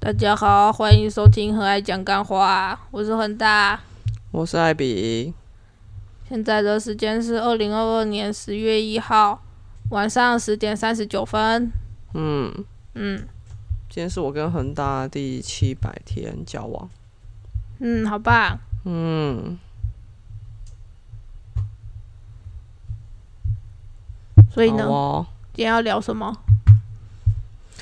大家好，欢迎收听《很爱讲干话》，我是恒大。我是艾比，现在的时间是二零二二年十月一号晚上十点三十九分。嗯，嗯今天是我跟恒大第七百天交往，嗯，好吧，嗯，所以呢，好哦。今天要聊什么？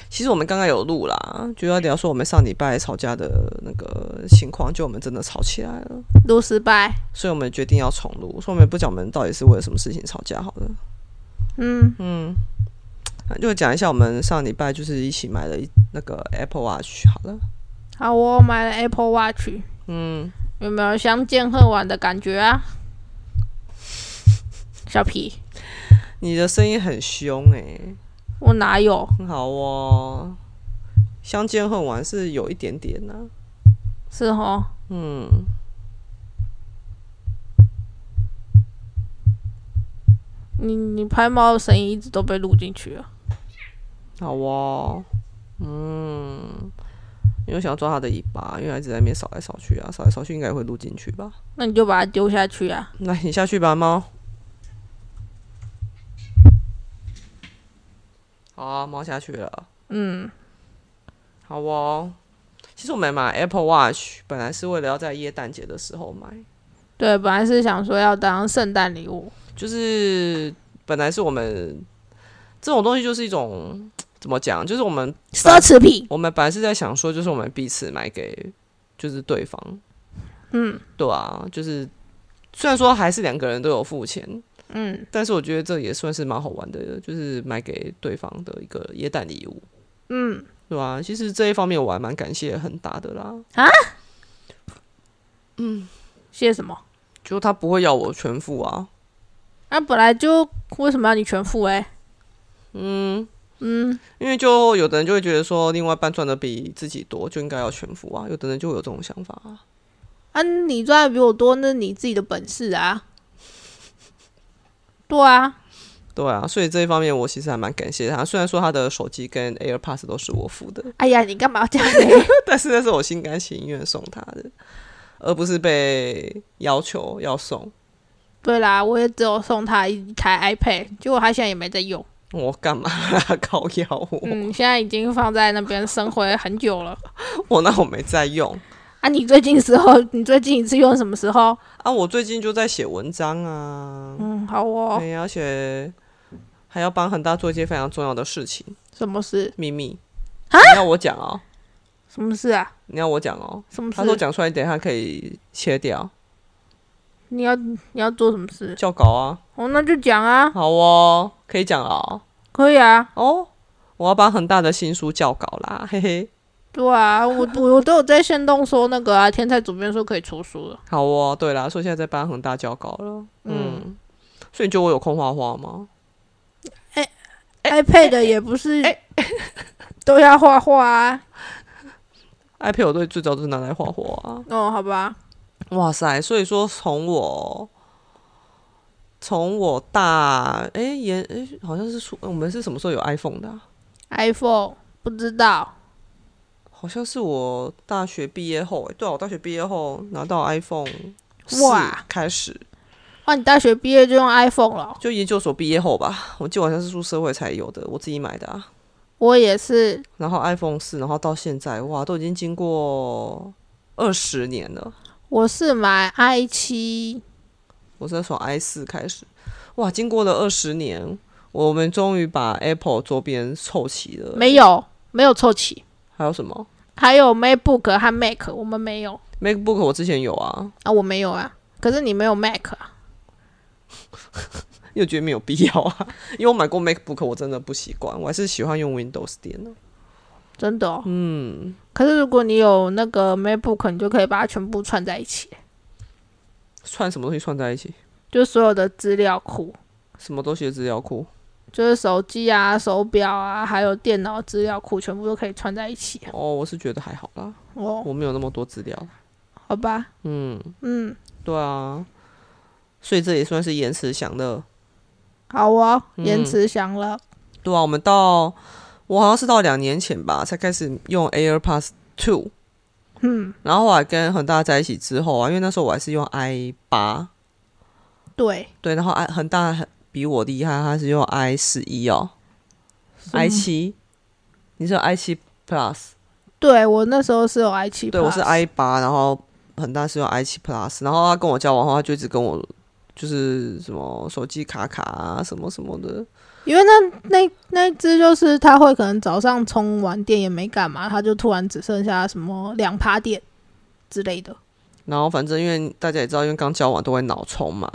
其实我们刚刚有录啦，就要聊说我们上礼拜吵架的那个情况，就我们真的吵起来了，录失败。所以我们决定要重录，所以我们不讲我们到底是为了什么事情吵架好了，嗯，嗯，就讲一下我们上礼拜就是一起买了一那个 Apple Watch 好了，好，我买了 Apple Watch，嗯，有没有相见恨晚的感觉啊？小皮，你的声音很凶诶、我哪有？很好哦，相见恨晚是有一点点呐、是哦，嗯。你你拍猫的声音一直都被录进去了。好哦，嗯，因为我想要抓他的尾巴，因为他一直在那边扫来扫去啊，扫来扫去应该也会录进去吧。那你就把它丢下去啊！来，你下去吧，猫。好啊，猫下去了。嗯，好哦，其实我们买 Apple Watch 本来是为了要在耶诞节的时候买，对，本来是想说要当圣诞礼物，就是本来是我们这种东西就是一种怎么讲，就是我们奢侈品。我们本来是在想说，就是我们彼此买给就是对方，嗯对啊，就是虽然说还是两个人都有付钱，嗯但是我觉得这也算是蛮好玩的，就是买给对方的一个耶诞礼物，嗯，对啊，其实这一方面我还蛮感谢恒大的啦，谢什么？就他不会要我全付啊，那、本来就为什么要你全付、欸？嗯。嗯，因为就有的人就会觉得说，另外一半赚的比自己多，就应该要全付啊。有的人就会有这种想法啊。啊，你赚的比我多，那是你自己的本事啊。 对啊，对啊，所以这一方面我其实还蛮感谢他。虽然说他的手机跟 AirPods 都是我付的， 哎呀，你干嘛要这样呢？但是那是我心甘情愿送他的，而不是被要求要送。 对啦，我也只有送他一台 iPad，结果他现在也没在用。我干嘛靠要我？嗯，现在已经放在那边生灰很久了。 我那我没在用啊，你最近时候，你最近一次用什么时候？啊！我最近就在写文章啊，嗯，好哦。对，而且还要帮恒大做一些非常重要的事情，什么事？秘密。啊你要我讲哦，什么事啊？你要我讲哦。什么事他？说讲出来，等一下可以切掉，你要你要做什么事？校稿啊，哦，那就讲啊，好哦，可以讲了哦。可以啊，哦，我要帮恒大的新书校稿啦， 嘿嘿。对 啊，我我我都有在线动说那个啊，天才主编说可以出书了，好哦，对啦，所以现在在帮恒大交稿了。嗯，所以你觉得我有空画画吗？ iPad 也不是、 都要画画啊， iPad 我对最早就是拿来画画啊。哦，好吧，哇塞，所以说从我从我大哎研哎好像是说我们是什么时候有 iPhone 的啊、 iPhone 不知道，好像是我大学毕业后、诶对啊、我大学毕业后拿到 iPhone 四哇开始，哇，你大学毕业就用 iPhone 了哦，就研究所毕业后吧，我记得好像是出社会才有的，我自己买的啊。我也是，然后 iPhone 四，然后到现在，哇，都已经经过二十年了。我是买 i 七，我是从 i 四开始，哇，经过了二十年，我们终于把 Apple 周边凑齐了。没有没有凑齐，还有什么还有 MacBook 和 Mac，我们没有 MacBook？我之前有啊，啊，我没有啊，可是你没有 Mac 啊，又觉得没有必要啊， 因为我买过 MacBook，我真的不习惯，我还是喜欢用 Windows 电脑。真的、哦，嗯，可是如果你有那个 MacBook，你就可以把它全部串在一起，串什么东西串在一起？就是所有的资料库，什么东西的资料库？就是手机啊、手表啊，还有电脑资料库，全部都可以串在一起。哦，我是觉得还好啦，哦，我没有那么多资料。好吧，嗯，嗯，对啊，所以这也算是延迟享乐。好哦，嗯延迟响了，对啊，我们到我好像是到两年前吧，才开始用 AirPods Two，嗯，然后后来跟恒大在一起之后啊，因为那时候我还是用 i 八，对，对，然后 i 恒大很比我厉害，他是用 i 十一哦，i 七，你是 i 七 Plus，对我那时候是有 i 七，对我是 i 八，然后恒大是用 i 七 Plus，然后他跟我交往后，他就一直跟我就是什么手机卡卡啊，什么什么的，因为那那那一只就是它会可能早上充完电也没干嘛，它就突然只剩下什么两趴电之类的。然后反正因为大家也知道，因为刚交往都会脑充嘛，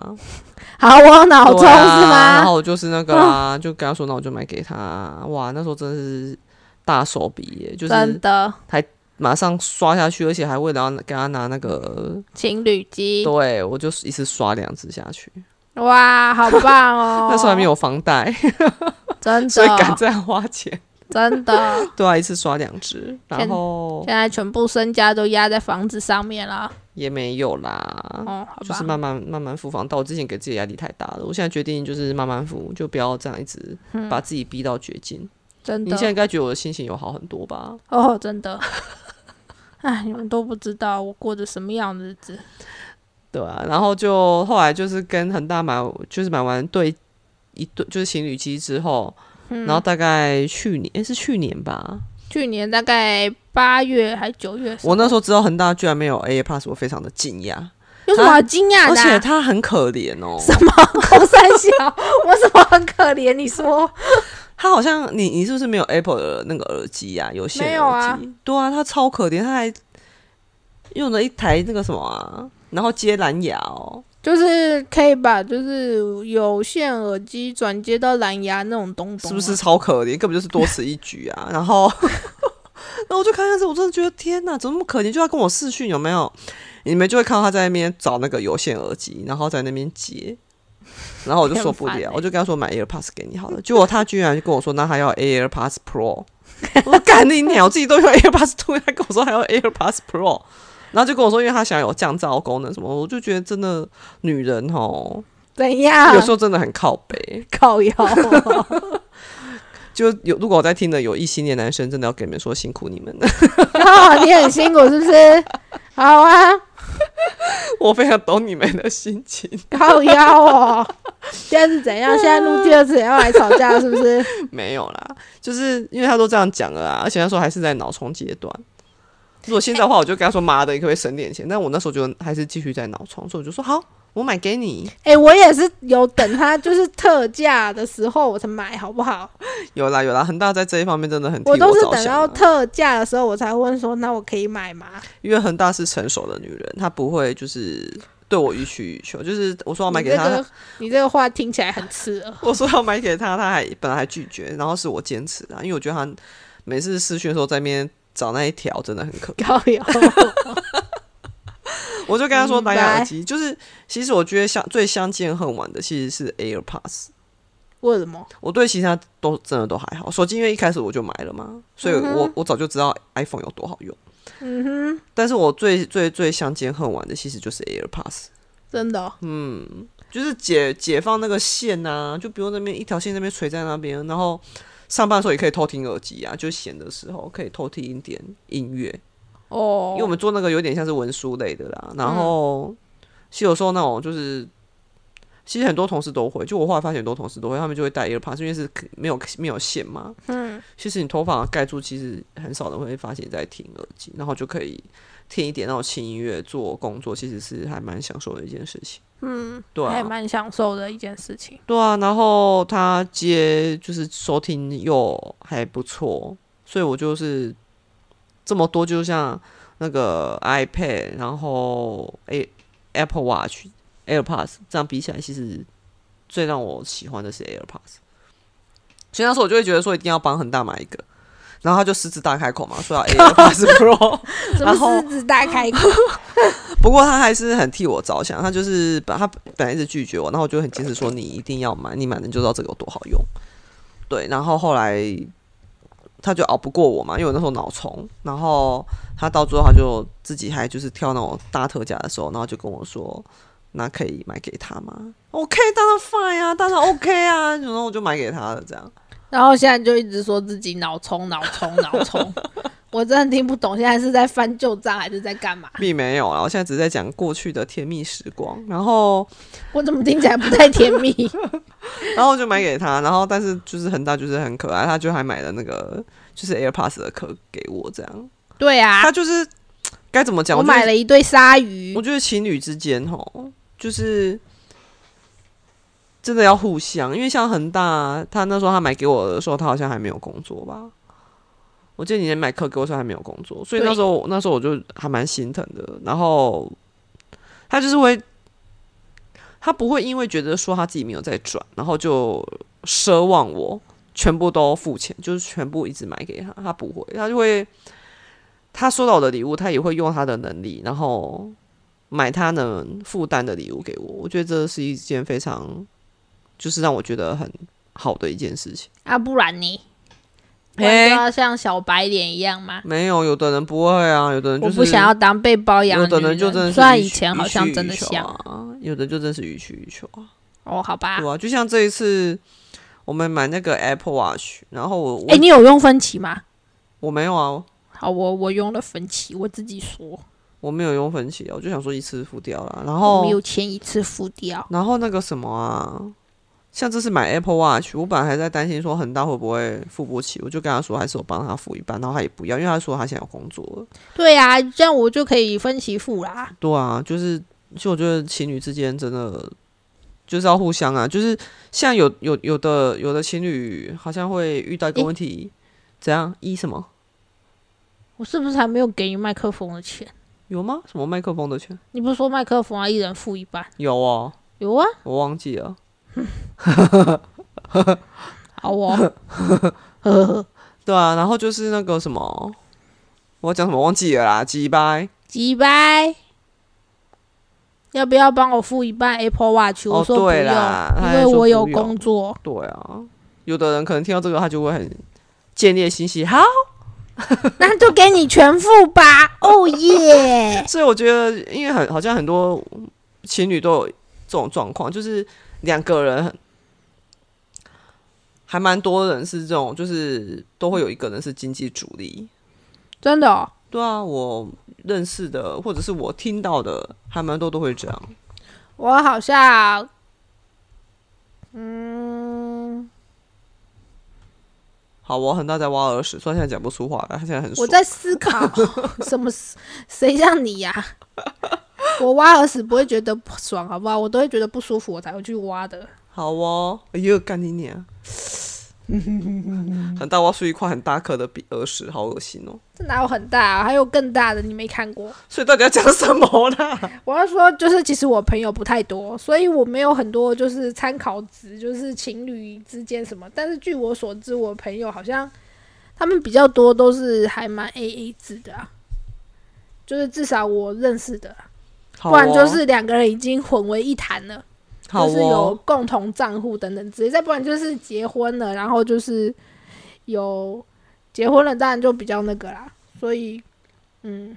好，我有脑充是对啊然吗？嗯后我就是那个啦，就跟他说，那我就买给他。啊哇，那时候真的是大手笔耶，就真是的马上刷下去，而且还为了要给他拿那个，情侣机，对我就一次刷两只下去。哇，好棒哦！ 那时候还没，有房贷，真所以敢的这样花钱。 真的，对啊，一次刷两只，然现后现在全部身家都压在房子上面了。也没有啦。哦，好嗯就是吧，慢慢慢慢付房贷，我之前给自己压力太大了，我现在决定就是慢慢付，就不要这样一直把自己逼到绝境。嗯真你现在的应该觉得我的心情有好很多吧？哦，真的。 哎，你们都不知道我过着什么样的日子。对啊，然后就后来就是跟恒大买，就是买完对一对就是情侣机之后，嗯然后大概去年诶是去年吧，去年大概八月还九月的时候，我那时候知道恒大居然没有 A Plus，我非常的惊讶，有什么好惊讶而的啊、且他很可怜哦，什么空三小？我怎么很可怜？你说 他好像你你是不是没有 Apple 的那个耳机啊？有线没有耳啊机？对啊，他超可怜，他还用了一台那个什么啊，然后接蓝牙哦，就是可以把就是有线耳机转接到蓝牙那种东东、啊是不是？超可怜？根本就是多此一举 啊！然后， 然后我就看看这，我真的觉得天哪，怎么那么可怜？就要跟我视讯有没有？你们就会看到他在那边找那个有线耳机，然后在那 边接。然后我就受不了，很烦欸我就跟他说买 AirPods 给你好了。结果他居然就跟我说，那他要 AirPods Pro。我说干你鸟，我自己都用 AirPods Two，他跟我说还要 AirPods Pro，然后就跟我说，因为他想有降噪功能什么，我就觉得真的女人哦，怎样有？时候真的很靠北。靠腰、 就有如果我在听的有异性恋男生，真的要跟你们说辛苦你们 了，哦，你很辛苦是不是？好啊，我非常懂你们的心情。靠腰哦。 现在是怎 样？现在录第二次也要来吵架是不是？没有啦，就是因为他都这样讲了啊，而且那时候还是在脑充阶段。如果现在的话，我就跟他说妈的，你可不可以省点钱？但我那时候就还是继续在脑充，所以我就说好，我买给你。 哎、我也是有等它就是特价的时候我才买，好不好？有啦有啦，恒大在这一方面真的很替我都是着等想到啊。特价的时候我才问说，那我可以买吗？因为恒大是成熟的女人，她不会就是对我予取予求，就是我说要买给她，你这个， 你这个话听起来很刺 耳。 我说要买给她，她还本来还拒绝，然后是我坚持的，啊因为我觉得她每次试训的时候在那边找那一条真的很可怕。 高油，我就跟她说明蓝牙耳白机，就是其实我觉得相最相见恨晚的其实是 AirPods。 为什么？我对其他都真的都还好，手机因为一开始我就买了嘛，所以我、我早就知道 iPhone 有多好用。嗯哼，但是我最最最相见恨晚的其实就是 AirPods，真的哦、就是解解放那个线啊，就不用那边一条线那边垂在那边，然后上班的时候也可以偷听耳机啊，就闲的时候可以偷听一点音乐，哦嗯因为我们做那个有点像是文书类的啦。然后，其实有时候那种就是，其实很多同事都会，就我后来发现很多同事都会，他们就会戴 AirPods，因为是可没有没有线嘛。嗯，其实你头发盖住，其实很少人会发现你在听耳机，然后就可以听一点那种轻音乐做工作，其实是还蛮享受的一件事情。嗯，对还啊，蛮享受的一件事情。对啊，然后他接就是收听又还不错，所以我就是这么多，就像那个 iPad，然后 A Apple Watch、AirPods 这样比起来，其实最让我喜欢的是 AirPods。所以那时候我就会觉得说一定要帮恒大买一个，然后他就狮子大开口嘛，说要 AirPods Pro。什然后么狮子大开 口？不过他还是很替我着想，他就是把他本来一直拒绝我，然后我就很坚持说你一定要买，你买了你就知道这个有多好用。对，然后后来他就熬不过我嘛，因为我那时候脑充，然后他到最后他就自己还就是挑那种大特价的时候，然后就跟我说。那可以买给他吗？OK，当然 fine 啊，当然 OK 啊，然后我就买给他了，这样。 然后现在就一直说自己脑充、脑充、脑充。我真的听不懂，现在是在翻旧账还是在干嘛？并没有啊啦，我现在只是在讲过去的甜蜜时光。然后， 我怎么听起来不太甜蜜？然后我就买给他，然后但是就是恒大就是很可爱，他就还买了那个就是 AirPods 的壳给我，这样。 对啊他，就是该怎么讲？我我觉得买了一对鲨鱼我，觉得情侣之间吼，就是真的要互相，因为像恒大，他那时候他买给我的时候，他好像还没有工作吧？我记得你连买课给我的时候还没有工作，所以对那时候那时候我就还蛮心疼的。然后他就是会，他不会因为觉得说他自己没有在赚，然后就奢望我全部都付钱，就是全部一直买给他，他不会，他就会他收到我的礼物，他也会用他的能力，然后买他能负担的礼物给我。我觉得这是一件非常，就是让我觉得很好的一件事情。啊，不然呢？我就要像小白脸一样吗？没有，有的人不会啊，有的人就我是不想要当被包养有的女人就真的是虽然予以取前好予取像予真的求像、啊，有的就真是予取予求啊，哦，好吧对。啊，就像这一次我们买那个 Apple Watch，然后我我、哎、你有用分歧吗？我没有啊，好，我我用了分歧，我自己说，我没有用分期啊，我就想说一次付掉了，然我后没有钱一次付掉。然后那个什么啊，像这次买 Apple Watch，我本来还在担心说恒大会不会付不起，我就跟他说还是我帮他付一半，然后他也不要，因为他说他现在有工作了。对啊，这样我就可以分期付啦。对啊，就是其实我觉得情侣之间真的就是要互相啊，就是像有有有的有的情侣好像会遇到一个诶问题，怎样一什么我是不是还没有给你麦克风的钱？有吗？什么麦克风的钱你不是说麦克风啊，一人付一半？有哦，有啊，我忘记了。好哦，呵呵，对啊，然后就是那个什么，我要讲什么忘记了啦，鸡掰。几百？要不要帮我付一半 Apple Watch？、哦我说不对用，啦他因为还说我不有用工 作。对啊，有的人可能听到这个，他就会很建立信息。好，那就给你全付吧。哦耶！所以我觉得，因为很好像很多情侣都有这种状况，就是两个人还蛮多人是这种，就是都会有一个人是经济主力。真的、哦，对啊，我认识的或者是我听到的，还蛮多都会这样。我好像，嗯，好，我很大在挖耳屎，虽然现在讲不出话来，他现在很我爽。在思考 什么事？谁像你呀、我挖耳屎不会觉得不爽，好不好？我都会觉得不舒服，我才会去挖的。好哦，哎呦，干你娘！很大挖出一块很大颗的鼻耳屎，好恶心哦。这哪有很大啊？还有更大的，你没看过？所以到底要讲什么啦？我要说，就是其实我朋友不太多，所以我没有很多就是参考值，就是情侣之间什么。但是据我所知，我朋友好像他们比较多都是还蛮 A A 制的、啊，就是至少我认识的啊，不不然就是两个人已经混为一谈了，哦就是有共同账户等等之类。再不然就是结婚了，然后就是有结婚了，当然就比较那个啦。所以，嗯，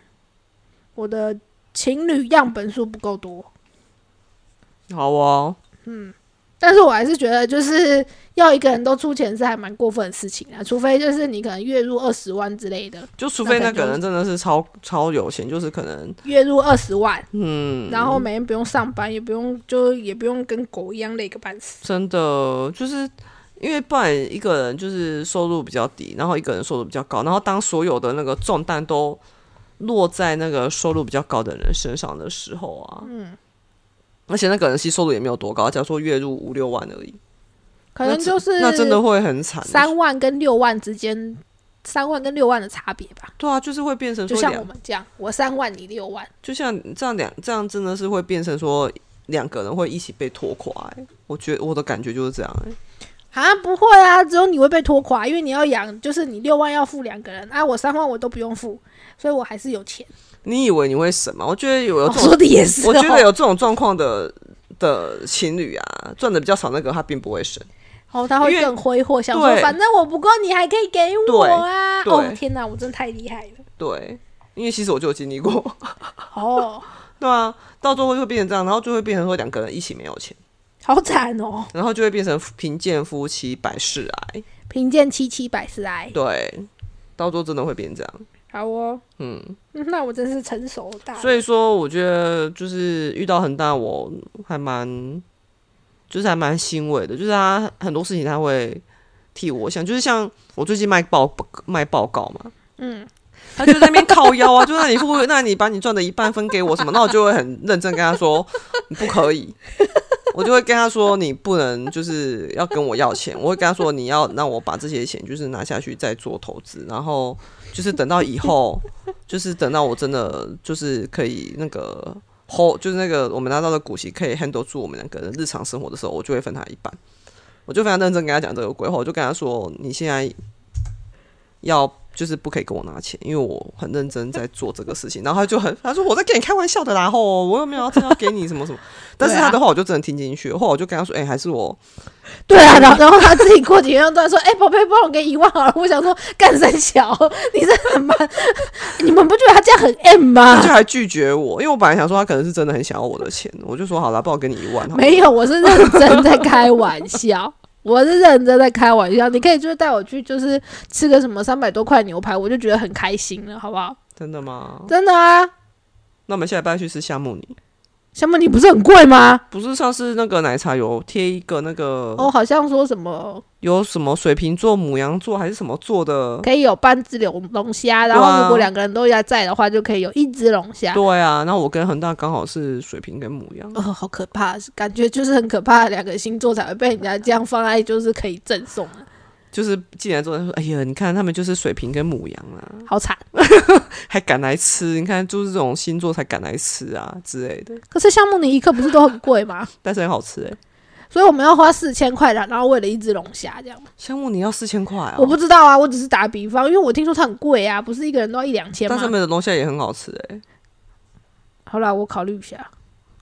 我的情侣样本数不够多。好哦，但是我还是觉得，就是要一个人都出钱是还蛮过分的事情啊，除非就是你可能月入二十万之类的，就除非那那可个能人真的是超超有钱，就是可能月入二十万，嗯，然后每天不用上班，也不用就也不用跟狗一样累个半死。真的就是因为不然一个人就是收入比较低，然后一个人收入比较高，然后当所有的那个重担都落在那个收入比较高的人身上的时候啊，嗯，而且那个人其实收入也没有多高，假如说月入五六万而已，可能就是那真的会很惨。三万跟六万之间，三万跟六万的差别吧。对啊，就是会变成就说像两我们这样，我三万你六万，就像这样两这样真的是会变成说两个人会一起被拖垮、欸，我觉得我的感觉就是这样、欸，啊不会啊，只有你会被拖垮，因为你要养，就是你六万要付两个人啊，我三万我都不用付，所以我还是有钱。你以为你会什么？我觉得有有我这种，说的也是、哦，我觉得有这种状况的的情侣啊，赚的比较少那个他并不会省，哦，他因会为更挥霍，想说对反正我不够，你还可以给我啊！对对哦，天哪，我真的太厉害了！对，因为其实我就有经历过， 哦，对啊，到最后就会变成这样，然后就会变成说两个人一起没有钱，好惨哦，然后就会变成贫贱夫妻百事哀，贫贱妻妻百事哀。对，到最后真的会变这样，好哦，嗯，嗯那我真是成熟大人。所以说，我觉得就是遇到恒大，我还蛮，就是还蛮欣慰的，就是他很多事情他会替我想，就是像我最近卖报卖报告嘛，嗯，他就在那边靠腰啊，就那你付，那你把你赚的一半分给我什么，那我就会很认真跟他说，你不可以。我就会跟他说，你不能就是要跟我要钱。我会跟他说，你要让我把这些钱就是拿下去再做投资，然后就是等到以后，就是等到我真的就是可以那个 hold，就是那个我们拿到的股息可以 handle 住我们两个人日常生活的时候，我就会分他一半。我就非常认真跟他讲这个规划，我就跟他说，你现在要就是不可以跟我拿钱，因为我很认真在做这个事情。然后他就很他说我在跟你开玩笑的啦，吼，我又没有要真的要给你什么什么。但是他的话我就真的听进去，后来我就跟他说，哎、还是我对啊，然后然后他自己过几天又突然说：“哎、宝贝，帮我给一万好了。”我想说，干三小， 你这很慢， 你们不觉得他这样很 M 他吗就？还拒绝我，因为我本来想说他可能是真的很想要我的钱，我就说好啦，不然我给你一万好了。没有，我是认真在开玩笑， 我是认真在开玩笑。你可以就是带我去，就是吃个什么三百多块牛排，我就觉得很开心了，好不好？真的吗？真的啊，那我们下礼拜去吃夏目尼，小木你不是很贵吗？不是上次那个奶茶有贴一个那个、哦，好像说什么有什么水瓶座、母羊座还是什么座的？可以有半只龙龙虾，然对啊后如果两个人都要在的话，就可以有一只龙虾。对啊，那我跟恒大刚好是水瓶跟母羊，哦，好可怕，感觉就是很可怕的两个星座才会被人家这样放在，就是可以赠送的，就是进来之后他说：“哎呀，你看他们就是水瓶跟母羊啊，好惨。还敢来吃？你看就是这种星座才敢来吃啊之类的，可是橡木泥一克不是都很贵 吗？但是很好吃哎、所以我们要花四千块的，然后为了一只龙虾这样。香木你要四千块啊，我不知道啊，我只是打比方，因为我听说它很贵啊，不是一个人都要一两千但吗上？面的龙虾也很好吃哎、好啦，我考虑一下，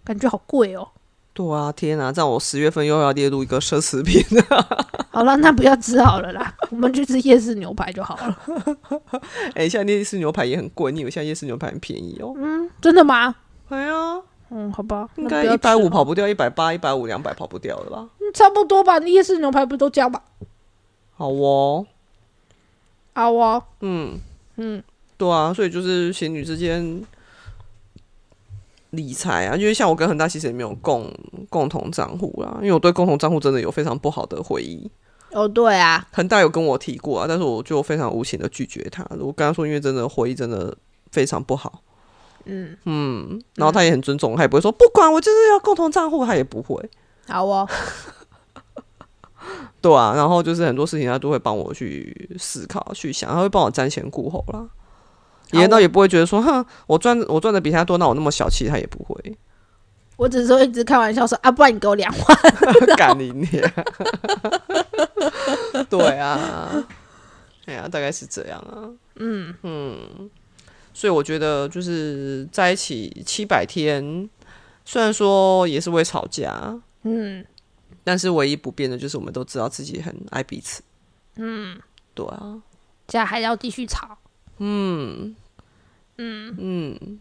感觉好贵哦。对啊，天啊，这样我十月份又要列入一个奢侈品 了。好啦，那不要吃好了啦，我们去吃夜市牛排就好了。哎、现在夜市牛排也很贵，你以为现在夜市牛排很便宜哦？真的吗？哎呀，嗯，好吧，应那该不要一吃百五了跑不掉，一百八、一百五、两百跑不掉了吧？嗯差不多吧。那夜市牛排不都这样吧？好哦，啊哦，嗯，嗯，对啊，所以就是情侣之间理财啊，因为像我跟恒大其实也没有共共同账户啦，因为我对共同账户真的有非常不好的回忆。哦对啊，恒大有跟我提过啊，但是我就非常无情的拒绝他。我跟他说，因为真的回忆真的非常不好。嗯，嗯，然后他也很尊重，他也不会说不管我就是要共同账户，他也不会。好哦，对啊，然后就是很多事情他都会帮我去思考、去想，他会帮我瞻前顾后啊啦。也倒也不会觉得说，哼，我赚我赚的比他多，那我那么小气，他也不会我只是会一直开玩笑说啊，不然你给我两万。哦 干你娘。对啊，哎呀，大概是这样啊。嗯，所以我觉得就是在一起七百天，虽然说也是会吵架，嗯，但是唯一不变的就是我们都知道自己很爱彼此。嗯，对啊，这样还要继续吵。嗯嗯，嗯，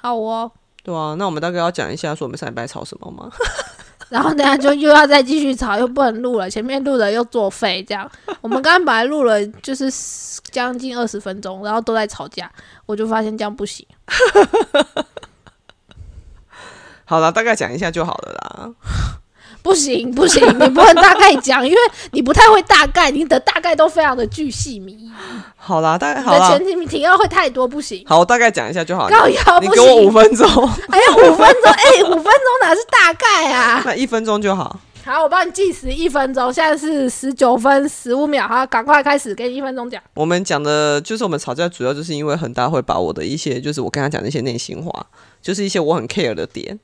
好哦。对啊。那我们大概要讲一下说我们上礼拜吵什么吗？ 然后等下就又要再继续吵，又不能录了，前面录的又作废， 这样。我们刚刚本来录了就是将近二十分钟，然后都在吵架，我就发现这样不行。好啦，大概讲一下就好了啦。不行不 行，你不能大概讲，因为你不太会大概，你的大概都非常的巨细靡遗，好啦，大概你好的啦前，提提要会太多，不行。好，我大概讲一下就好了。高腰你不给我行，五啊分钟，还有五分 钟，哎、五分钟哪是大概啊？那一分钟就好。好，我帮你计时一分钟，现在是十九分十五秒，好，赶快开始，给你一分钟讲。我们讲的就是我们吵架，主要就是因为恒大会把我的一些，就是我跟他讲的一些内心话，就是一些我很 care 的点。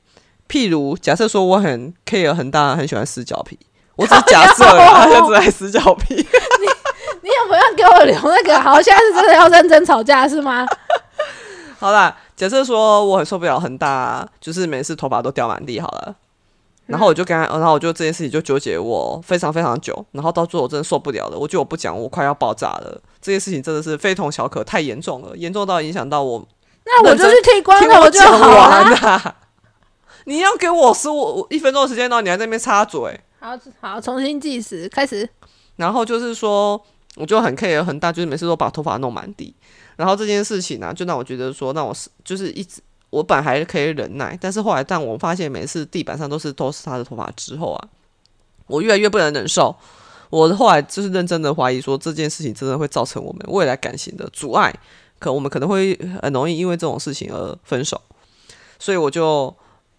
譬如，假设说我很 care 恒大很喜欢撕脚皮，我只是假 设啦，他就只爱撕脚皮。你有没有给我留那个？好，现在是真的要认真吵架是吗？好啦，假设说我很受不了恒大，就是每次头发都掉满地好了。嗯然后我就跟他，然后我就这件事情就纠结我非常非常久，然后到最后我真的受不了了，我觉得我不讲我快要爆炸了，这件事情真的是非同小可，太严重了，严重到影响到我那我就去剃光头就讲好了。完啊！ 你要给我十五一分钟的时间，然后你还在那边插嘴，好好，重新计时，开始。然后就是说，我就很 care 很大，就是每次都把头发弄满地。然后这件事情呢、啊，就让我觉得说，让我是就是一直我本来还可以忍耐，但是后来当我发现每次地板上都是都是他的头发之后啊，我越来越不能忍受。我后来就是认真的怀疑说，这件事情真的会造成我们未来感情的阻碍，可我们可能会很容易因为这种事情而分手。所以我就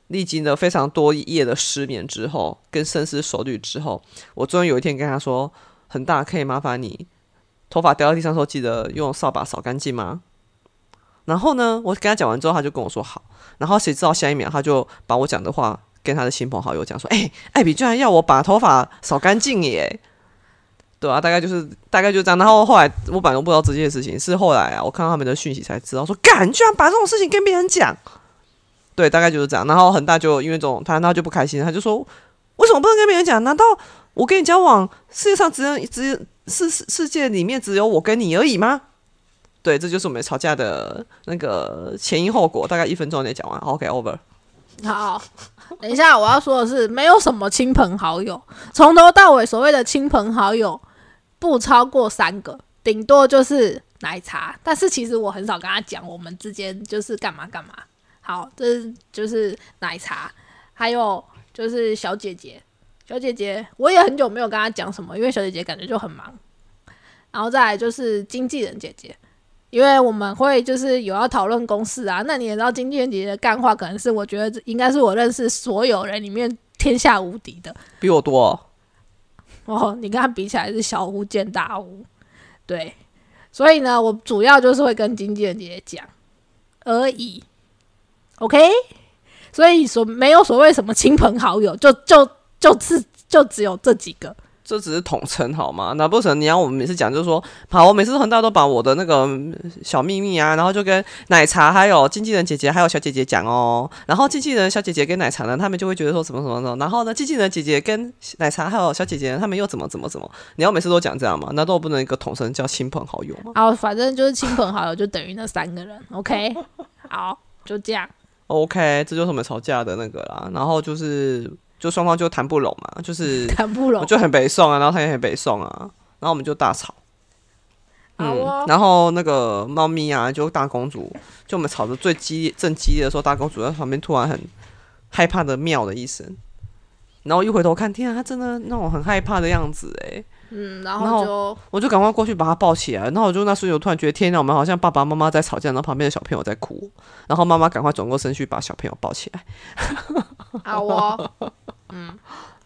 历经了非常多夜的失眠之后，跟深思熟虑之后，我终于有一天跟他说：“很大，可以麻烦你，头发掉到地上的时候，记得用扫把扫干净吗？”然后呢，我跟他讲完之后，他就跟我说好。然后谁知道下一秒他就把我讲的话跟他的亲朋好友讲说：“哎、艾比居然要我把头发扫干净耶！”对啊，大概就是大概就这样。然后后来我本来都不知道这件事情，是后来啊，我看到他们的讯息才知道说，干，你居然把这种事情跟别人讲。对，大概就是这样。然后恒大就因为这种，他那就不开心，他就说，为什么不能跟别人讲？难道我跟你交往，世界上只有只世世世界里面只有我跟你而已吗？对，这就是我们吵架的那个前因后果，大概一分钟内讲完。OK，over、好，等一下我要说的是，没有什么亲朋好友，从头到尾所谓的亲朋好友不超过三个，顶多就是奶茶。但是其实我很少跟他讲我们之间就是干嘛干嘛。好，这是就是奶茶，还有就是小姐姐，小姐姐我也很久没有跟她讲什么，因为小姐姐感觉就很忙。然后再来就是经纪人姐姐，因为我们会就是有要讨论公事啊。那你也知道，经纪人姐姐的干话可能是我觉得应该是我认识所有人里面天下无敌的。比我多、哦，哦，你跟他比起来是小巫见大巫，对，所以呢，我主要就是会跟经纪人姐姐讲而已，OK，所以所没有所谓什么亲朋好友，就就就是就只有这几个，这只是统称好吗？难不成你要我们每次讲，就是说，好，我每次恒大都把我的那个嗯小秘密啊，然后就跟奶茶还有经纪人姐姐还有小姐姐讲哦，然后经纪人小姐姐跟奶茶呢，他们就会觉得说什么什么什么，然后呢，经纪人姐姐跟奶茶还有小姐姐他们又怎么怎么怎么，你要每次都讲这样吗？难道我不能一个统称叫亲朋好友吗？然后反正就是亲朋好友就等于那三个人，OK，好，就这样。 OK，这就是我们吵架的那个啦。然后就是，就双方就谈不拢嘛，就是 谈不我拢，就很北宋啊，然后他也很北宋啊，然后我们就大吵。好哦嗯，然后那个猫咪啊，就大公主，就我们吵得最激烈、正激烈的时候，大公主在旁边突然很害怕的喵的一声，然后一回头看，天啊，她真的那种很害怕的样子哎，嗯，然然后后就我就赶快过去把她抱起来，然后我就那瞬间我突然觉得，天哪，我们好像爸爸妈妈在吵架，然后旁边的小朋友在哭，然后妈妈赶快转过身去把小朋友抱起来，好哦。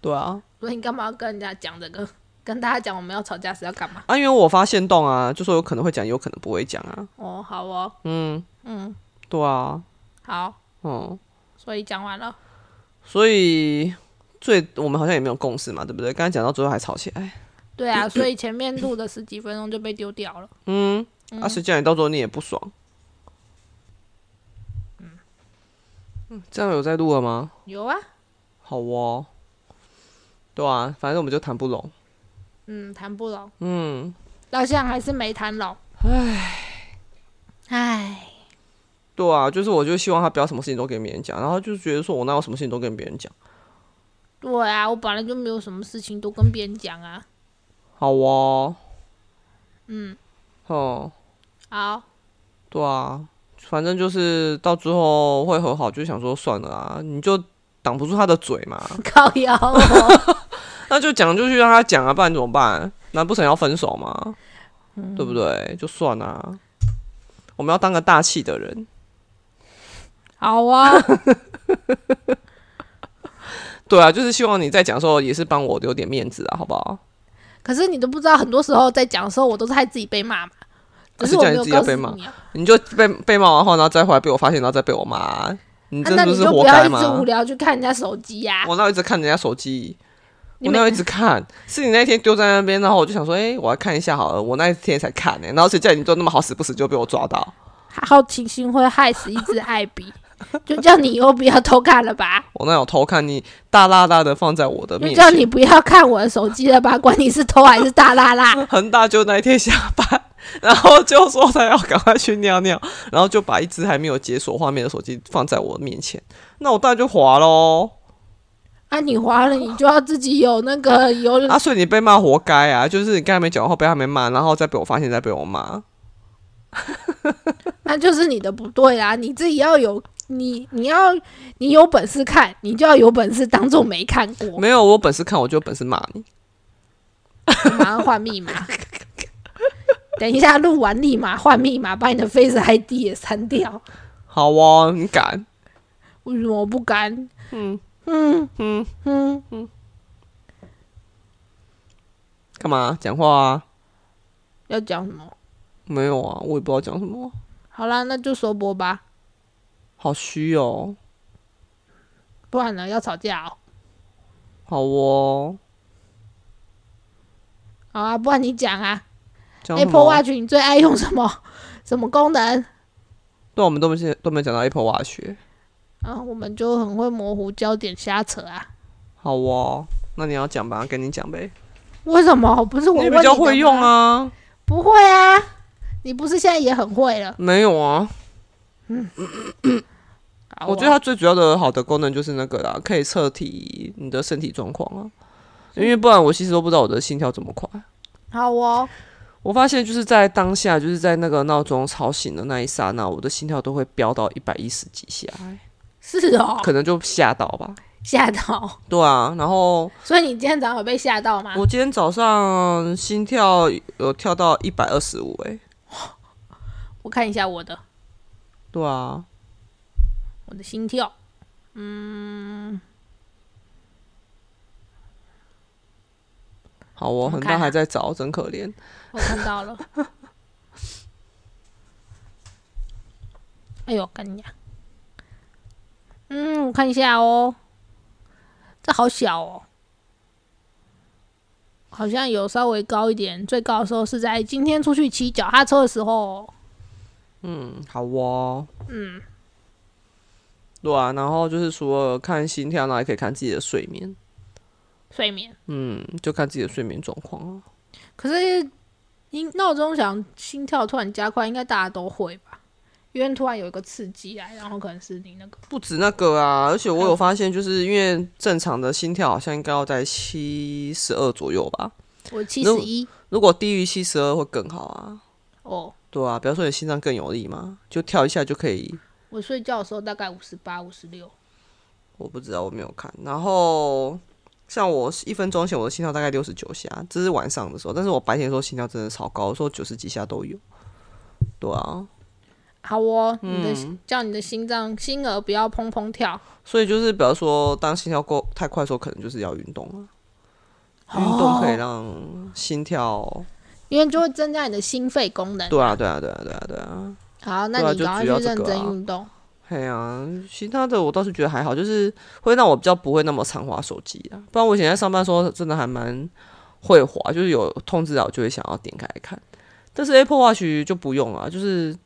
对啊，所以你干嘛要跟人家讲这个？跟大家讲我们要吵架是要干嘛？啊，因为我发现动啊，就说有可能会讲，有可能不会讲啊，哦，好哦，嗯，嗯，对啊，好，嗯。所以讲完了。所以最我们好像也没有共识嘛，对不对？刚才讲到最后还吵起来，对啊，所以前面录的十几分钟就被丢掉了。嗯，啊，谁叫你到时候你也不爽？嗯，这样有在录了吗？有啊，好哦，对啊，反正我们就谈不拢，嗯，谈不拢，嗯，到现在还是没谈拢。唉，唉，对啊，就是我就希望他不要什么事情都跟别人讲，然后就觉得说我哪有什么事情都跟别人讲，对啊，我本来就没有什么事情都跟别人讲啊。好哦，嗯，哦，好，对啊，反正就是到最后会和好，就想说算了啊，你就挡不住他的嘴嘛，靠腰、 哦。那就讲就去让他讲啊，不然怎么办？难不成要分手吗？嗯对不对？就算啦、我们要当个大气的人。好啊，对啊，就是希望你在讲的时候也是帮我留点面子啊，好不好？可是你都不知道，很多时候在讲的时候，我都是害自己被骂嘛。只是我啊是没有叫你自己要告被诉骂你啊，你就被被骂完后，然后再回来被我发现，然后再被我骂啊，你啊这那不你是就活不要该一直吗无？聊去看人家手机呀、我那有一直看人家手机，你我每那有一直看，是你那天丢在那边，然后我就想说，哎、我来看一下好了。我那一天才看呢、然后谁叫你就那么好死不死就被我抓到？好奇心会害死一只艾比， 就叫你以后不要偷看了吧，我那有偷看你大大大的放在我的就面前，叫你不要看我的手机了吧，管你是偷还是大拉拉。 恒大就那一天下班，然后就说他要赶快去尿 尿，然后就把一只还没有解锁画面的手机放在我面前，那我当然就滑喽。 啊，你花了，你就要自己有那个有啊，所以你被骂活该啊！就是你刚才没讲话被他们骂，然后再被我发现，再被我骂。那就是你的不对啦，你自己要有你，你要你有本事看，你就要有本事当做没看过，没有我有本事看，我就有本事骂你。马上换密码。 等一下录完立马换密码，把你的 Face ID 也删掉。好哦，你敢？为什么我不敢？嗯嗯嗯，嗯，干嘛讲话啊？要讲什么？没有啊，我也不知道讲什么，好啦，那就收播吧，好虚哦。不然呢要吵架哦。好哦，好啊，不然你讲啊。讲什 Apple 么？ Watch 你最爱用什么？什么功能？对，我们都没都没讲到 Apple Watch 耶。啊，我们就很会模糊焦点瞎扯啊。好哦，那你要讲吧，跟你讲呗。为什么？不是我你问比较的会用吗？啊，不会啊，你不是现在也很会了？没有啊。好啊我觉得它最主要的好的功能就是那个啦，可以测体你的身体状况啊。因为不然我其实都不知道我的心跳这么快。好哦，我发现就是在当下，就是在那个闹钟吵醒的那一刹那，我的心跳都会飙到一百一十几下，是哦，可能就吓到吧。吓到。对啊，然后所以你今天早上有被吓到吗？我今天早上心跳有跳到一百二十五，哎，我看一下我的，对啊，我的心跳，好哦，怎么很看大啊还在找，真可怜。 我看到了。哎呦，干呀！嗯，我看一下哦，这好小哦，好像有稍微高一点，最高的时候是在今天出去骑脚踏车的时候哦、嗯，好哦，嗯，对啊，然后就是除了看心跳，那还可以看自己的睡眠，睡眠。嗯，就看自己的睡眠状况啊。可是，因闹钟响，心跳突然加快，应该大家都会吧？因为突然有一个刺激来，然后可能是你那个不止那个啊，而且我有发现，就是因为正常的心跳好像应该要在七十二左右吧，我七十一如果低于七十二会更好啊。哦，对啊，比方说你心脏更有力嘛，就跳一下就可以。我睡觉的时候大概五十八、五十六。我不知道，我没有看。然后像我一分钟前我的心跳大概六十九下，这是晚上的时候，但是我白天的时候心跳真的超高，我说九十几下都有。对啊，好哦，你的、嗯叫你的心脏心儿不要砰砰跳，所以就是比方说，当心跳过太快的时候，可能就是要运动了。运动可以让心跳，因为就会增加你的心肺功能。对啊，对啊，对啊，对啊，对啊，好，对那啊你就赶快主去要认这个啊真运动。嘿啊，其他的我倒是觉得还好，就是会让我比较不会那么常滑手机啊。不然我以前在上班的时候，真的还蛮会滑，就是有通知到我啊就会想要点开来看。但是 Apple Watch 就不用啊，就是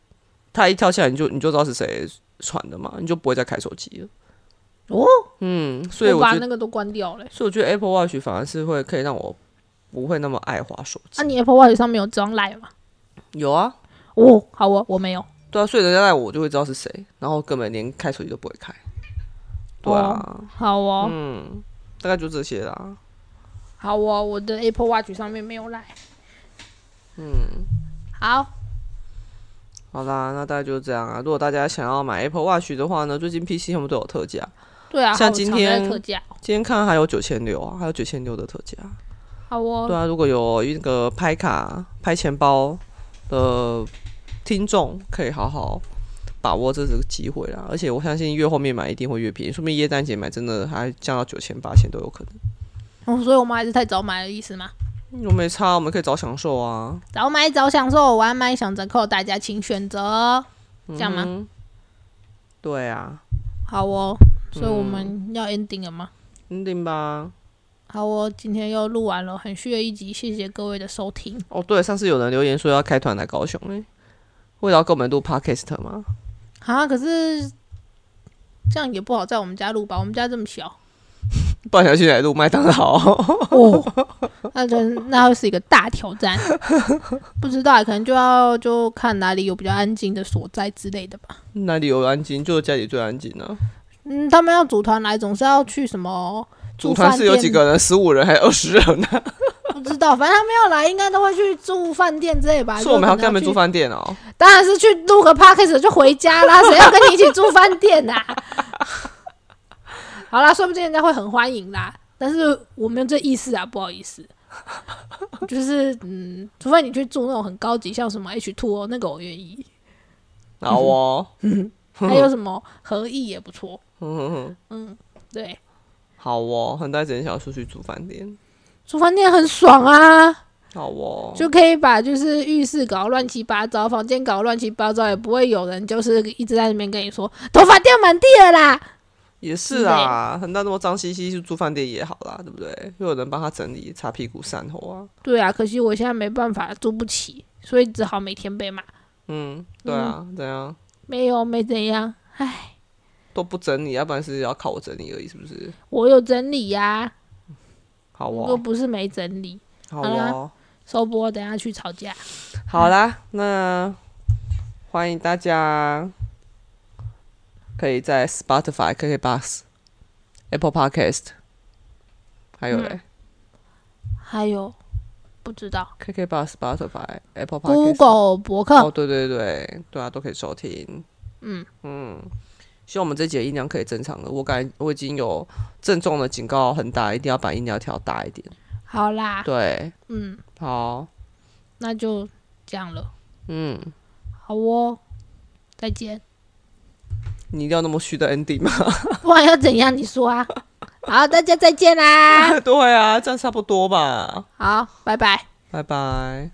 它一跳下来，你就你就知道是谁传的嘛，你就不会再开手机了。哦，嗯，所以我我把觉得，那个都关掉了欸。所以我觉得 Apple Watch 反而是会可以让我不会那么爱滑手机。啊，你 Apple Watch 上面有装 Line 吗？有啊，哦，好哦，我没有。对啊，所以人家赖我，我就会知道是谁，然后根本连开手机都不会开。对啊，好哦，嗯，大概就这些啦。好哦，我的 Apple Watch 上面没有 Line。嗯，好，好啦，那大概就是这样啊。如果大家想要买 Apple Watch 的话呢，最近 PC 他们都有特价，对啊，像好今常在天特价哦。今天看还有九千六啊，还有九千六的特价。好哦对，啊，如果有一个拍卡、拍钱包的听众，可以好好把握这次机会啦。而且我相信越后面买一定会越便宜，说明耶诞节买真的还降到九千、八千都有可能。嗯哦，所以我们还是太早买的意思吗？我没差，我们可以早享受啊。早买早享受，晚买享折扣，大家请选择哦，这样吗？嗯哼对啊好哦，所以我嗯们要 ending 了吗？ ，ending 吧。好哦，今天又录完了，很虚的一集，谢谢各位的收听。哦，对，上次有人留言说要开团来高雄诶、为了要跟我们录 podcast 吗？啊，可是这样也不好在我们家录吧，我们家这么小，不然想去哪里录麦当劳？ 哦， 那就那会是一个大挑战， 不知道欸可能就要就看哪里有比较安静的所在之类的吧。哪里有安静？就家里最安静啊。嗯，他们要组团来，总是要去什么住组团饭是有几店个人？十五人还是二十人呢、不知道，反正他们要来，应该都会去住饭店之类吧。所以我们还要就可能跟他们住去饭店哦。当然是去录个 podcast 就回家啦，谁要跟你一起住饭店呐、啊？ 好啦，说不定人家会很欢迎啦，但是我没有这意思啊，不好意思。就是嗯，除非你去住那种很高级，像什么 H two O 那个我愿意，好哦，还有什么合意也不错。嗯，嗯，对，好哦，很大整想要出去住饭店。住饭店很爽啊，好哦，就可以把就是浴室搞乱七八糟，房间搞乱七八糟，也不会有人就是一直在那边跟你说头发掉满地了啦。也是啊，很大那么脏兮兮去住饭店也好啦，对不对？又有人帮他整理、擦屁股、善后啊。对啊，可惜我现在没办法住不起，所以只好每天被骂。嗯，对啊，怎样没有，没怎样，都不整理，要不然是要靠我整理而已，是不是？我有整理呀、好我又哦，不是没整理。好好啦哦，收播，等下去吵架。好啦，那欢迎大家可以在 Spotify、KKBox、Apple Podcast，还有嘞、还有，不知道 KKBox、Spotify、Apple Podcast、 Google 博客、哦，对对对对啊，都可以收听。嗯嗯，希望我们这节音量可以正常的。我感觉我已经有郑重的警告很大，一定要把音量调大一点。好啦，对，嗯，好，那就这样了。嗯，好哦，再见。 你一定要那么虚的 ending 吗？ 不然要怎样？你说啊。好，大家再见啦。对啊，这样差不多吧。好，拜拜。拜拜。